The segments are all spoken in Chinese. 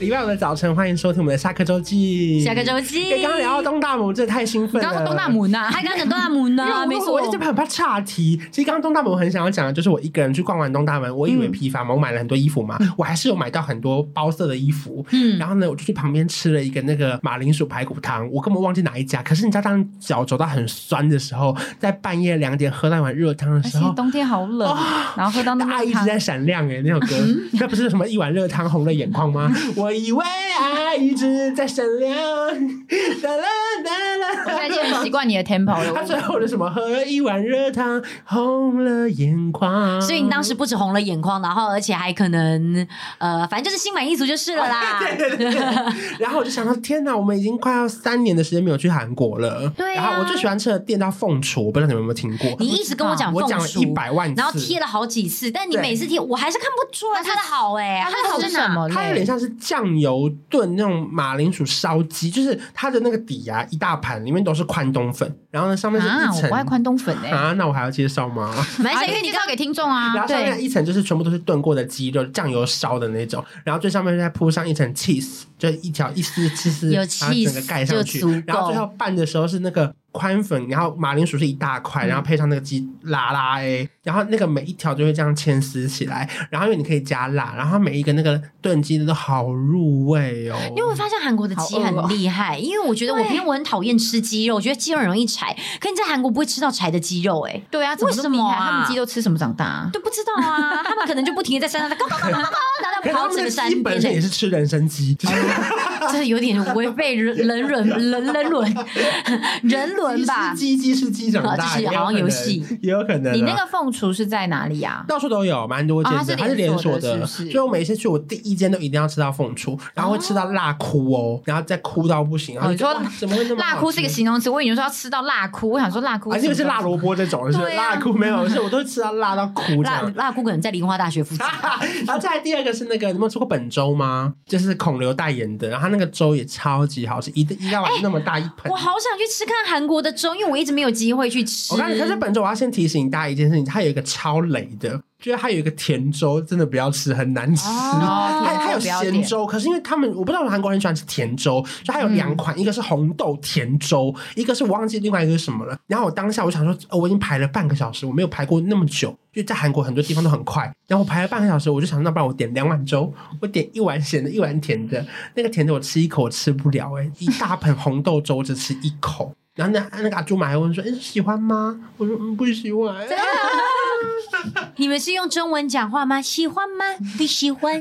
礼拜五的早晨，欢迎收听我们的下课周记。下个周记哎，刚刚聊到东大门，真的太兴奋了。刚刚东大，门呐、他刚讲东大门因为呢，我啊没错哎我一，直很怕岔题。其实刚刚东大门，我很想要讲的就是我一个人去逛完东大门，我以嗯为批发嘛，我买了很多衣服嘛，我还是有买到很多包色的衣服。嗯然后呢，我就去旁边吃了一个那个马铃薯排骨汤，我根本忘记哪一家。可是你知道，当脚走到很酸的时候，在半夜两点喝那碗热汤的而时且哎候，啊冬天好冷，然后喝到那爱么哦一直汤，在闪亮哎、那首歌，嗯 那不是什么一碗热汤红了眼眶 吗？我以为爱一直在闪亮， 哒啦我哒啦。现在已经很习惯你的 tempo 了。他我哎最后的什么喝一碗热汤红了眼眶，所以你当时不止红了眼眶，然后而且还可能呃，反正就是心满意足就是了哦啦。 然后我就想到，天哪，我们已经快要三年的时间没有去韩国了。对啊然后我最喜欢吃的店叫凤雏，我不知道你们有没有听过？你一直跟我讲我凤讲了雏一百万次，然后贴了好几次，但你对每次贴我还是看不出来它的好哎、它它的好是在什哪？么嘞？它有点像是酱油炖那种马铃薯烧鸡，就是它的那个底啊，一大盘里面都是宽冬粉，然后呢上面是啊，一我层不爱宽冬粉哎、欸。啊，那我还要介绍吗？蛮啊想，因你可为以你介刚绍给听众然啊，后上面对，一层就是全部都是炖过的鸡肉，酱油烧的那种，然后最上面再铺上一层 cheese，就是一条一丝丝丝，有然后整个 cheese 盖上去就足够，然后最后拌的时候是那个宽粉，然后马铃薯是一大块，嗯然后配上那个鸡拉拉诶，然后那个每一条就会这样牵丝起来，然后因为你可以加辣，然后每一个那个炖鸡的都好入味哦，因为我发现韩国的鸡很厉害，因为我觉得我平常我很讨厌吃鸡肉，我觉得鸡肉很容易柴，可你在韩国不会吃到柴的鸡肉 哎、对啊，怎为这什么厉么害？啊他们鸡都吃什么长大、啊？都不知道啊，他们可能就不停的在山上在高高高高高高，然后可是他们跑整的个欸山哎鸡本变身成也是吃人参鸡，就是 这有点违背人人伦人人伦人伦哦 吧？鸡鸡是鸡长大，啊就是也有可能好像游戏也有可能啊。你那个凤厨是在哪里啊？到处都有，蛮多间哦的，它它是是连连锁锁的的，是不是所以我每一次去，我第一间都一定要吃到凤雏，然后会吃到辣哭哦，然后再哭到不行。然后哦就你说哇怎么会那么辣好窟吃是一个形容词，我以为说要吃到辣窟，我想说辣窟而什且么是辣萝啊卜这种，是对啊辣哭没有，是我都吃到辣到哭这辣样。辣姑可能在梨花大学附近， 然后再来第二个是那个，你们有吃过本粥吗？就是孔刘代言的，然后它那个粥也超级好吃，一一大碗那么大一盆我。好想去吃看韩国的粥，因为我一直没有机会去吃。我刚才可是本粥，我要先提醒大家一件事情，它有一个超雷的，就是它有一个甜粥，真的不要吃，很难吃。哦，还甜还有不要咸点粥，可是因为他们我不知道韩国人喜欢吃甜粥，就它有嗯两款，一个是红豆甜粥，一个是我忘记另外一个是什么了。然后我当下我想说，呃我已经排了半个小时，我没有排过那么久，因为在韩国很多地方都很快。然后我排了半个小时，我就想，那不然我点两碗粥，我点一碗咸的，一碗甜的。那个甜的我吃一口我吃不了、欸，哎，一大盆红豆粥只吃一口。然后那那个阿朱玛还问说：“哎、喜欢吗？”我说：“嗯，不喜欢。” 你们是用中文讲话吗？喜欢吗？不喜欢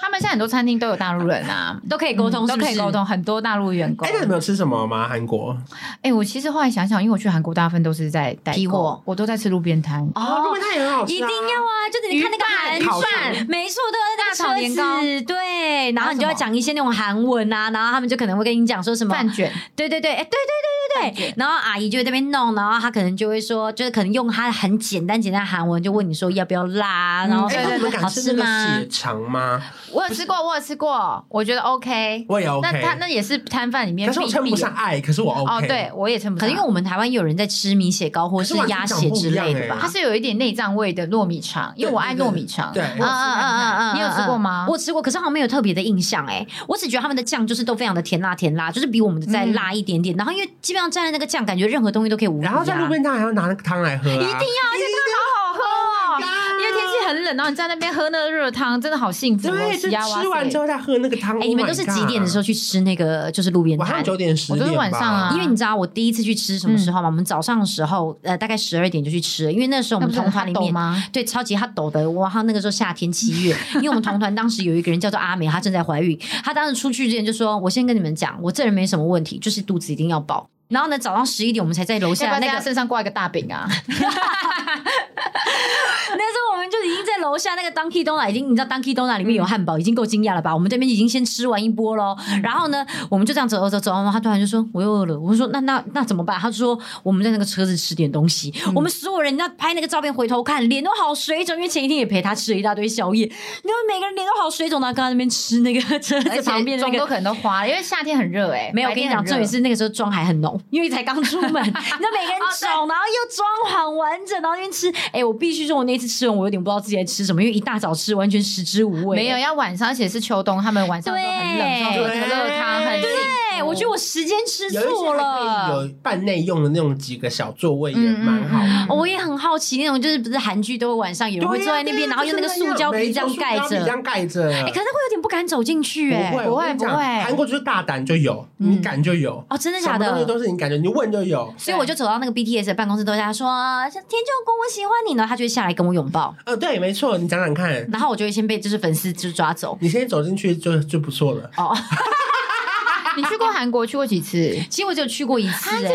他们现在很多餐厅都有大陆人 啊，都可以沟通，都可以沟。通，很多大陆员工哎、。那你们有吃什么吗？韩国？哎，我其实后来想想，因为我去韩国大部分都是在代批购货，我都在吃路边摊。 哦，路哦边，摊也很好吃、啊，一定要啊！就是你看那个韩鱼饭饭，没错，都在那个大炒年糕车子对，然后你就还要有什么讲一些那种韩文啊，然后他们就可能会跟你讲说什么饭卷，对对对，哎，对对对对感对觉。然后阿姨就在那边弄，然后她可能就会说，就是可能用她很简单简单的韩文就问你说要不要辣，啊嗯然后哎、对那你们敢好吃吃那吗个血？肠吗？我有吃过，我有吃过，我觉得 OK。我也 OK。那他那也是摊贩里面可是必我必称不上爱，可是我 OK。哦，对，我也称不可上。能因为我们台湾有人在吃米血糕或可是是完全鸭长血不之一样类的欸吧它。是有一点内脏味的糯米肠，因为我爱糯米肠。嗯对对对啊我有吃看看你有吃过吗？我吃过，可是好像没有特别的印象哎、我只觉得他们的酱就是都非常的甜辣甜辣，就是比我们的再辣一点点。然后因为基本上蘸了那个酱，感觉任何东西都可以无、啊。嗯然后在路边摊还要拿那个汤来喝、啊，一定好好喝哦，要啊因为天气很冷，然后你在那边喝那个热汤，真的好幸福哦。对，喜就呀哇塞吃完之后再喝那个汤。啊哎、你们都是几点的时候候？去吃那个就是路边晚上摊？九点十点吧我都是晚上啊嗯因为你知道我第一次去吃什么时候吗？我们早上的时候，呃，大概十二点就去吃了，因为那时候我那们不是同很团里抖面吗？ 对，超级他抖的，哇！他那个时候夏天七月，因为我们同团当时有一个人叫做阿美，她正在怀孕，她当时出去之前就说：“我先跟你们讲，我这人没什么问题，就是肚子一定要饱。”然后呢，早上十一点我们才在楼要不下然那在个他身上挂一个大 饼啊， 那时候我们就已经在楼下那个 Donkey Donut 已经，你知道 Donkey Donut 里嗯面有汉堡，已经够惊讶了吧？我们这边已经先吃完一波喽。然后呢，我们就这样走走走，然后他突然就说：“我又饿了。”我就说：“那那那怎么办？”他就说：“我们在那个车子吃点东西。嗯我们所有人，你知道拍那个照片，回头看脸都好水肿，因为前一天也陪他吃了一大堆宵夜，然后每个人脸都好水肿，然后跟他那边吃那个车而子旁且边的妆那都个。可能都花了，因为夏天很热 哎。没有，我白跟你天讲，很热重点是那个时候妆还很 浓，因为才刚出门，你知道每个哦人肿，然后又妆很完整，然后那边吃。哎、我必须说，我那次吃完，我有点不知道自己在吃什么，因为一大早吃完全食之无味。没有，要晚上，而且是秋冬，他们晚上都很冷，对所以喝可乐汤很幸对，哎我觉得我时间吃有一错些还可了。以有半内用的那种几个小座位也嗯嗯蛮好的。嗯哦我也很好奇，那种就是不是韩剧都会晚上有人会对呀坐在那对边，呀然后用那个就是塑胶样皮这样没错盖塑胶皮着，这样盖着。哎、可是会有点不敢走进去、哎，不会不我会跟你不讲会韩国就是大胆就有，嗯你敢就有。哦，真的什假么东西的？都是你感觉，你问就有。所以我就走到那个 BTS 的办公室，对他说：“呃田正宫，我喜欢你呢。”他就会下来跟我拥抱，呃，对，没错，你讲讲看，然后我就会先被就是粉丝就抓走。你先走进去就就不错了。哦，福。你去过韩国去过几次？其实我只有去过一次、哎，我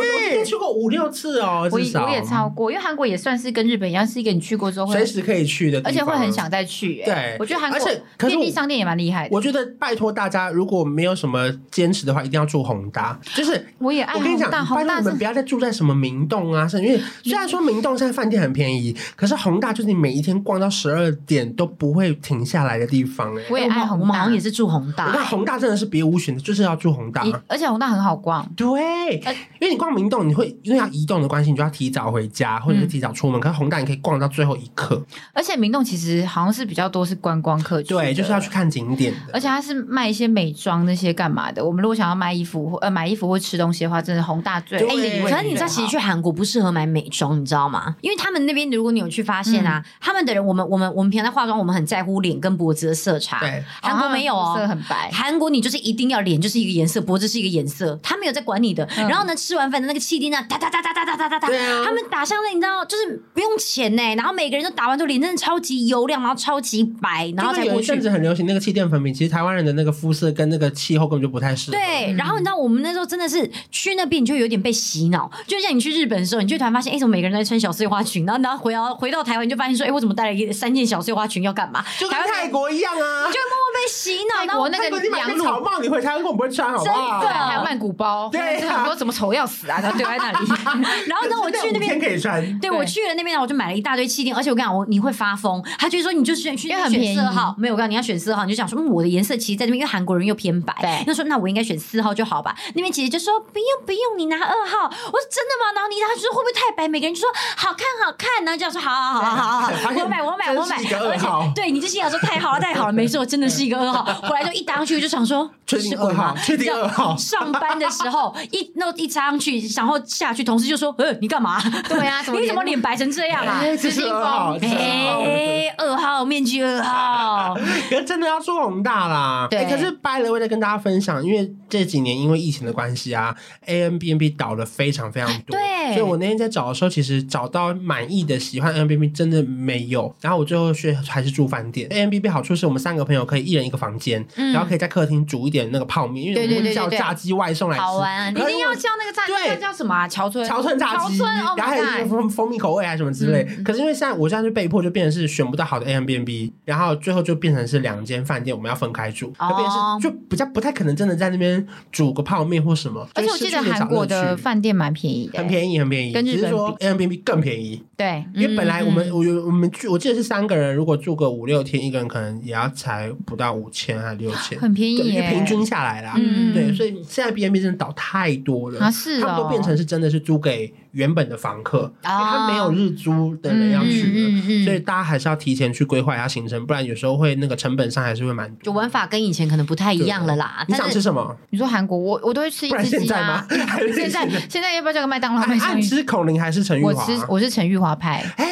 我今天去过五六次哦，我至也少欸我也超过，因为韩国也算是跟日本一样，是一个你去过之后随会，时可以去的，而且会很。想再去、哎对我觉得韩而国且可是便我利商店也蛮厉害的。我觉得拜托大家，如果没有什么坚持的话，一定要住宏大。就是我也爱我跟你宏讲，大，拜宏托大你们是不要再住在什么明洞啊，是因为虽然说明洞现在饭店很便宜，可是宏大就是你每一天逛到十二点都不会停下来的地方哎、我也爱我宏们好大像也，是住宏我看大，宏大真的是别无选择，就是要住宏大。一而且宏大很好逛，对，呃因为你逛明洞，你会因为要移动的关系，你就要提早回家或者是提早出门。可是宏大你可以逛到最后一刻，而且明洞其实好像是比较多是观光客去的对，就是要去。看景点的。而且它是卖一些美妆那些干嘛的。我们如果想要卖衣服，呃，买衣服或吃东西的话，真的宏大最。对哎对可是你知道，其实去韩国不适合买美妆，你知道吗？因为他们那边，如果你有去发现嗯啊，他们的人，我们我们我们平常在化妆，我们很在乎脸跟脖子的色差。对，韩国没有哦，色哦。很白，韩国你就是一定要脸就是一个颜色，脖子是一个颜色，他没有在管你的。嗯然后呢，吃完饭的那个气垫啊，哒哒哒哒哒哒哒哒哒，对啊他们打像那你知道，就是不用钱呢、然后每个人都打完之后脸真的超级油亮，然后超级白，然后才就跟有过一去阵。子很流行那个气垫粉饼，其实台湾人的那个肤色跟那个气候根本就不太适合。对，然后你知道我们那时候真的是去那边，你就有点被洗脑，就像你去日本的时候，你就突然发现，哎，怎么每个人都在穿小碎花裙？然后，然后回到回到台湾，你就发现说，哎，我怎么带了一三件小碎花裙要干嘛？就跟台湾泰国一样啊就，会默默被洗脑，泰然后国那泰个国你买羊个乳草帽，你回台湾根本不会穿，好不啊好？真的还有曼谷包，对啊就是很多怎么丑要死啊，然后丢在那里。然后呢，我去那五天边。可以穿。对，对我去了那边，我就买了一大堆气垫，而且我跟你讲，我你会发疯。他就说，你就选去因为很选便宜色号，没有，我告诉你你要选色号，你就想说，嗯，我的颜色其实在这边，因为韩国人又偏白，对那说那我应该选四号就好吧。那边姐姐就说不用不用，你拿二号。我说真的吗？然后你拿，她就说会不会太白？每个人就说好看好看，然后就想说好好好好好好，我买我买我买真是一，个而二号且对，你就心想说太好了太好了，没错，真的是一个二号。回来就一搭上去就想说，确定是鬼二吗号？确定二号上班的时 候一那一插上去，然后下去，同事就说：“呃，你干嘛？对啊怎 么你怎么脸白成这样啊哎，这是二号，？”这是二号。 哎，二号面具二 号，可 是真的要做宏大啦。对欸可是拜了，为了跟大家分享，因为这几年因为疫情的关系啊，A N B N B 倒了非常非常 多。对所以我那天在找的时候，其实找到满意的喜欢 A N B N B 真的没有。然后我最后是还是住饭店。A N B B 好处是我们三个朋友可以一人一个房间，嗯然后可以在客厅煮一点那个泡面，因为对对我们会对对叫对啊炸鸡外送来吃。好玩。一定要叫那个炸鸡，对那叫什么啊？乔村，潮村炸鸡，潮村，Oh 然后还有 my 一些 god！嗯蜂蜂蜜口味啊还是什么之类。可是因为现在我现在就被迫就变成是选不到好的 A M B N B，然后最后就变成是两间饭店我们要分开住，哦就变成是就比较不太可能真的在那边煮个泡面或什么。而且我记得就失去了韩国小乐的趣饭店蛮便宜的，很便宜，很便宜，跟日只本是比说 A M B N B 更便宜，对，因为本来我们嗯我有我们去，我记得是三个人，如果住个五六天，一个人可能也要才不到五千还六千，很便宜对因为耶，平均下来啦。嗯对，所以现在 B N B 真的倒太多了啊是他们哦都变成是真的是租给原本的房客，因为他没有日租的人要去了，啊嗯所以，大家还是要提前去规划一下行程，不然有时候会那个成本上还是会蛮就多。玩法跟以前可能不太一样了啦。你想啊但吃是什么？你说韩国，我我都会吃一不然只现鸡在啊吗？。还是 现在现在要不要叫个麦哦当劳麦按香啊按鱼？吃孔林还是陈玉我华？吃我是陈玉华派，哎，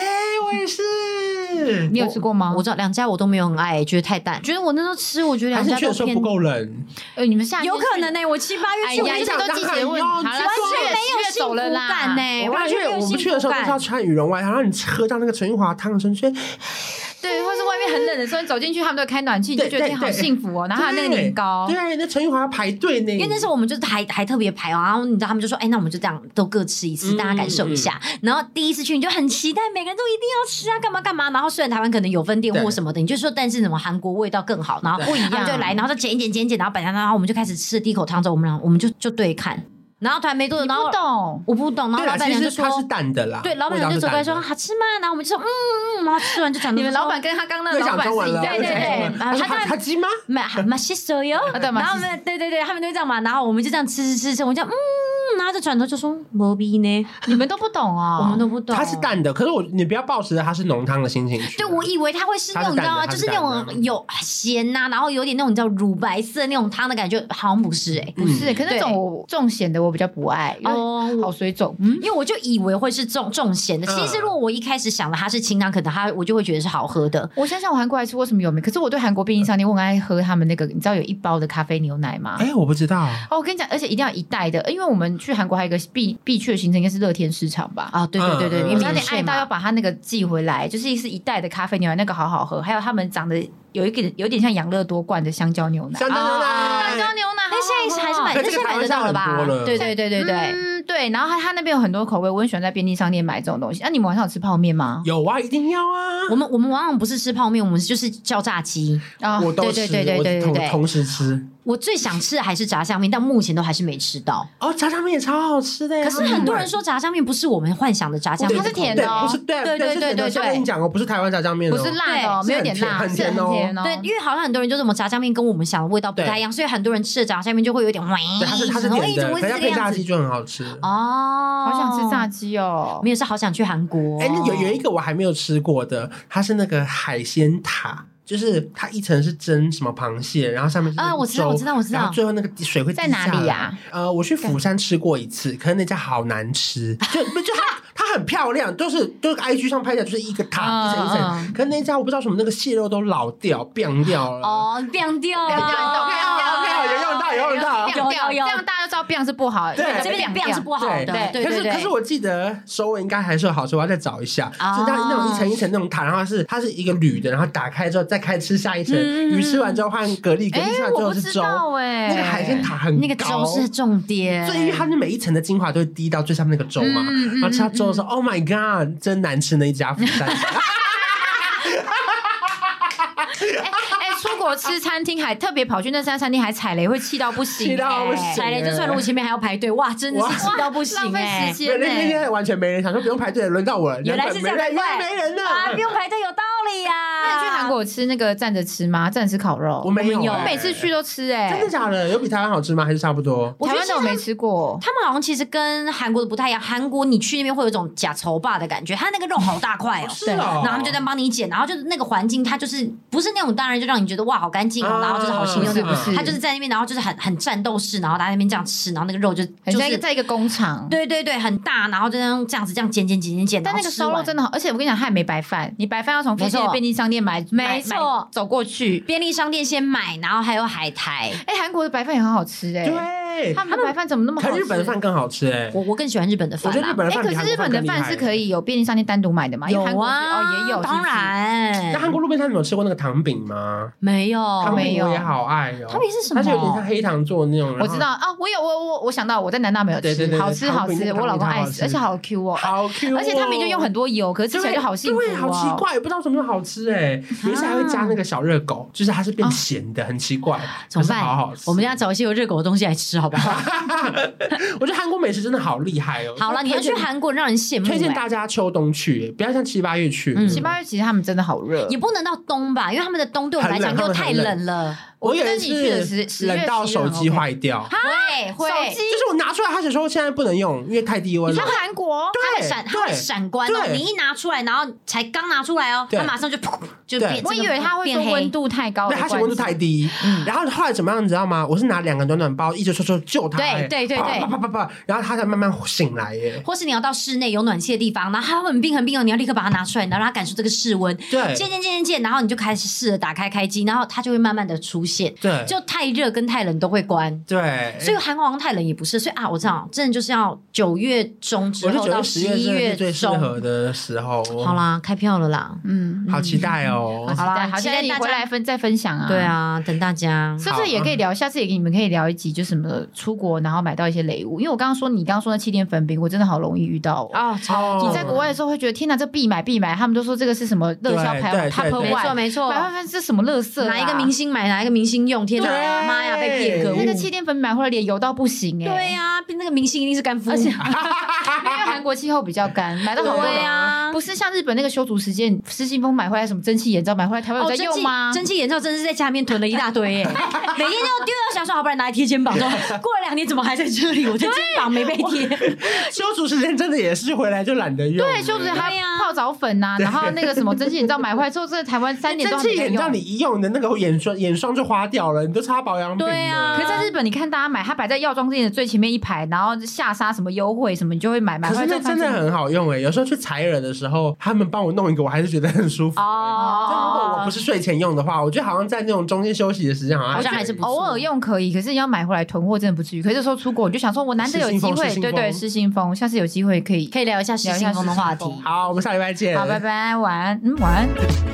我也是。你有吃过吗？我知道两家我都没有很爱，觉得太淡。觉得我那时候吃，我觉得还两是家去的都时候偏不。够冷，呃，你们夏天 有可能去呢，我七八哎月去，我呀，就这想是都季节哎问题，呦好了，完全没有七月走了啦幸福感呢我完发全没现有我们幸去的时候福都感是要穿羽绒外套，然后你喝到那个陈玉华汤的时候，你觉得对，或是外面天很冷的时候，你走进去他们都开暖气，你就对觉得天好对对幸福哦。然后还有那个年糕，对啊，人家陈玉华要排队呢，因为那时候我们就是还还特别排哦，然后你知道他们就说，哎、那我们就这样都各吃一次，嗯大家感受一下。然后第一次去你就很期待，每个人都一定要吃啊，干嘛干嘛。然后虽然台湾可能有分店对或什么的，你就说，但是什么韩国味道更好，然后不一他样们就来，然后就剪一剪剪一剪，然后摆上，然后我们就开始吃第一口汤之后，我们俩我们就就对看，然后突然没多久，你然后不懂。我不懂，然后对老啦，板其娘就实说它，是淡的啦，对，老板娘就走过来说好吃吗？然后我们就说嗯嗯，嗯然后吃完就讲你们老板跟他刚那又个老讲板中是文一了，对又讲中对文对对，他说他他他鸡吗？马马西索哟，啊对然马后我西们对对对，他们都会这样嘛，然后我们就这样吃吃吃吃，我就嗯，然后就转头就说嗯没逼呢，你们都不懂哦。我们都不懂，它是。淡的，可是我你不要抱持着它是浓汤的心情去。对，我以为它会是那种，你它知是道淡的吗？它淡就是是那的种有咸呐、然后有点那种叫乳白色那种汤的感觉，好像不是哎、嗯不是，可是那对种我重咸的我比较不爱，因为哦，好水肿。嗯因，为我就以为会是重重咸的，其实嗯如果我一开始想的它是清汤，可能它我就会觉得是好喝的。我想想我韩国还吃过什么有名？可是我对韩国便利商店，我很爱喝他们那个，你知道有一包的咖啡牛奶吗？哎，我不知道，哦，我跟你讲，而且一定要一袋的，因为我们去韩国还有一个必必去的行程，应该是乐天市场吧。啊，对对对对，嗯因为我们有免点税爱到要嘛。把它那个寄回来，就是是一袋的咖啡牛奶，那个好好喝。还有他们长得有一个有点像养乐多罐的香蕉牛奶，香蕉牛哦香奶蕉，牛奶好好喝哦，那现在还是买，对那这个现在台买得湾到上了吧很多？了对对对对对，嗯对。然后它它那边有很多口味，我很喜欢在便利商店买这种东西。那、你们晚上有吃泡面吗？有啊，一定要啊。我们我们往往不是吃泡面，我们就是叫炸鸡。啊我都对吃对，对对对对我对同。同时吃。我最想吃的还是炸酱面，但目前都还是没吃到。哦，炸酱面也超好吃的。可是很多人，说炸酱面不是我们幻想的炸酱面它口是味，甜的对，哦不是对对对对对对我跟你讲哦，不是台湾炸酱面哦，不是辣的、哦，对没有一点辣，是很是甜很很甜甜哦。对，因为好像很多人就什么炸酱面跟我们想的味道不太一样，所以很多人吃的炸酱面就会有点喂，对，它是它是怎么会甜怎的么，会可是是它这配个炸样鸡子？就很好吃。哦，好想吃炸，鸡哦没。有是好想去韩国。哎，那有有一个我还没有吃过的，它是那个海鲜塔。就是它一层是蒸什么螃蟹，然后上面是啊我知道粥我知道我知道然后最后那个水会滴在哪里下来呀啊呃，我去釜山吃过一次，可是那家好难吃，就就 它它很漂亮，就是就是 IG 上拍起来就是一个塔一层一嗯层，嗯可是那家我不知道为什么那个蟹肉都老掉变掉了，哦，变掉了，有用到有用到有有这有样大家都知道 biang 是不好，对这边变是不好的，对对可是对。可是我记得收尾应该还是有好吃，我要再找一下。哦就它那种一层一层那种塔，然后是它是一个铝的，然后打开之后再开始吃下一层，嗯嗯嗯哎鱼吃完之后换蛤蜊，蛤蜊吃完之我后不是知粥。道哎、那个海鲜塔很那个高粥是重点，所以因为它是每一层的精华都会滴到最上面那个粥嘛，嗯嗯嗯然后吃到粥的时候、o h my god，真难吃那一家釜 山。哎、哎，出国吃餐厅还特别跑去那家餐厅还踩雷，会气到不行、哎气到不行踩雷就算了，我前面还要排队，哇，真的是气到不行浪哎费时！对间呢、那那天完全没人，想说不用排队，轮到我了。原来是这样，没难人，原怪来没人了。啊，不用排队有道理呀、那你去韩国有吃那个站着吃吗？站着吃烤肉，我没有、有哎我每次去都吃哎、真的假的？有比台湾好吃吗？还是差不多？我觉台得湾的我没吃过。他们好像其实跟韩国的不太一样，韩国你去那边会有一种假愁霸的感觉，它那个肉好大块哦。是哦然后他们就在帮你剪，然后就是那个环境，它就是不是那种当然就让你觉得哇好干净哦，啊然后就是好新用的，不是不是它就是在那边，然后就是很很战斗式，然后大家在那边这样吃，然后那个肉就很就像一个是在一个工厂，对对对很大，然后就这样这样子这样剪剪剪剪剪，但那个烧肉真的的好，而且我跟你讲，它也没白饭，你白饭要从附近没的错便利商店买，没买错买走过去。便利商店先买，然后还有海苔，哎，韩国的白饭也很好吃哎、对，他们的白饭怎么那么好可吃？日本的饭更好吃哎、我我更喜欢日本的我饭觉得啦日本的哎、饭可比韩国是日本的更厉饭害是可以有便利商店单独买的嘛？因为韩有国是啊，哦也有，当然那韩国路边摊你有吃过那个糖饼吗？没有，糖哦没饼我有也好爱哦、汤米是什么？它是有点像黑糖做的那种。我知道啊，我有我我我想到我在南大没有吃，对对对对好吃糖好饼那吃，个我老糖饼超公爱好吃，吃而且好 Q 哦然后，，好 Q，、而且他们已经用很。多油，可是吃起来就好幸福对，好奇哦。啊怪，也不知道什么好吃哎、有一次还会加那个小热狗，就是它是变咸的，很奇怪，怎么可是办？好好吃。我们要找一些有热狗的东西来吃，好不 好？我觉得韩国美食真的好厉害哦、好了，你要去推荐韩国，让人羡慕、推荐欸。大家秋冬去、不要像七八月去。嗯七八月其实他们真的好热，也不能到冬吧，因为他们的冬对我们来讲很冷又太冷了，我有跟一你去的十次十月冷到十一手很机 OK 坏掉，会会，手就机是我拿出来，他只说现在不能用，因为太低温你了看。韩国，它会对闪，它会对闪光哦。对你一拿出来，然后才刚拿出来哦，对它马上就噗就对变。我以为它会变说温黑，度太高的对，关他系，嗯是温度太低，然后后来怎么样，你知道吗？我是拿两个暖暖包，一直戳戳救他，对哎对对啪对啪啪啪啪，然后他才慢慢醒来耶。或是你要到室内有暖气的地方，然后它很冰很冰哦，你要立刻把它拿出来，然后让它感受这个室温。对，渐渐渐渐渐，然后你就开始试着打开开机，然后它就会慢慢的出现，对就太热跟太冷都会关。对，所以韩国好像太冷也不是，所以啊，我知道，真的就是要九月中之我是后觉到得十十一月真的是最适中，合的时候。好，啦，开票了啦，嗯，好期待哦！好好啦，期待好期待期你待大回家来分再分享啊。对，啊，等大家。是不是也可以聊？下次也给你们可以聊一集，就什么出国然后买到一些雷物，因为我刚刚说你刚刚说那七天粉饼，我真的好容易遇到哦。哦，哦你在国外的时候会觉得天哪，这必买必买，他们都说这个是什么热销对排对行 top 对对没错 one，没错百，万分是什么啊乐色？哪一个明星哦买哪一个明星用，天哪，对妈呀，被骗可恶！那个气垫粉买回来脸油到不行哎、对呀、呀，那个明星一定是干夫，而且因为韩国气候比较干，买到好多啊对啊呀不。是像日本那个修竹时间，失心疯买回来什么蒸汽眼罩，买回来台湾有哦，在蒸用汽吗？蒸汽眼罩真是在家里面囤了一大堆耶，每天都丢到想说，好不然拿来贴肩膀。说过了两年怎么还在这里？我的肩膀没被贴。 修竹时间真的也是回来就懒得用，对，修竹还对呀泡澡粉呐、然后那个什么蒸汽眼罩买回来之后，这个台湾三年都哎蒸汽还没在欸眼罩用你。一用，你的那个眼霜眼霜就花掉了，你都擦保养品了。对啊可是在日本，你看大家买，它摆在药妆店的最前面一排，然后下杀什么优惠什么，你就会买买可回是来那再真放的进去。很好用欸诶，有时候去采耳的时候，他们帮我弄一个，我还是觉得很舒服。 但如果我哦不是睡前用的话，我觉得好像在那种中间休息的时间，好像好像还是不错偶尔用可以，可是你要买回来囤货真的不至于。可是有时候出国，我就想说，我难得有机失心疯会失，心对疯对，失心疯，下次有机会可以。可以聊一下失心疯的话题。好。我们下礼拜见，好，拜。拜，晚安，嗯，晚安。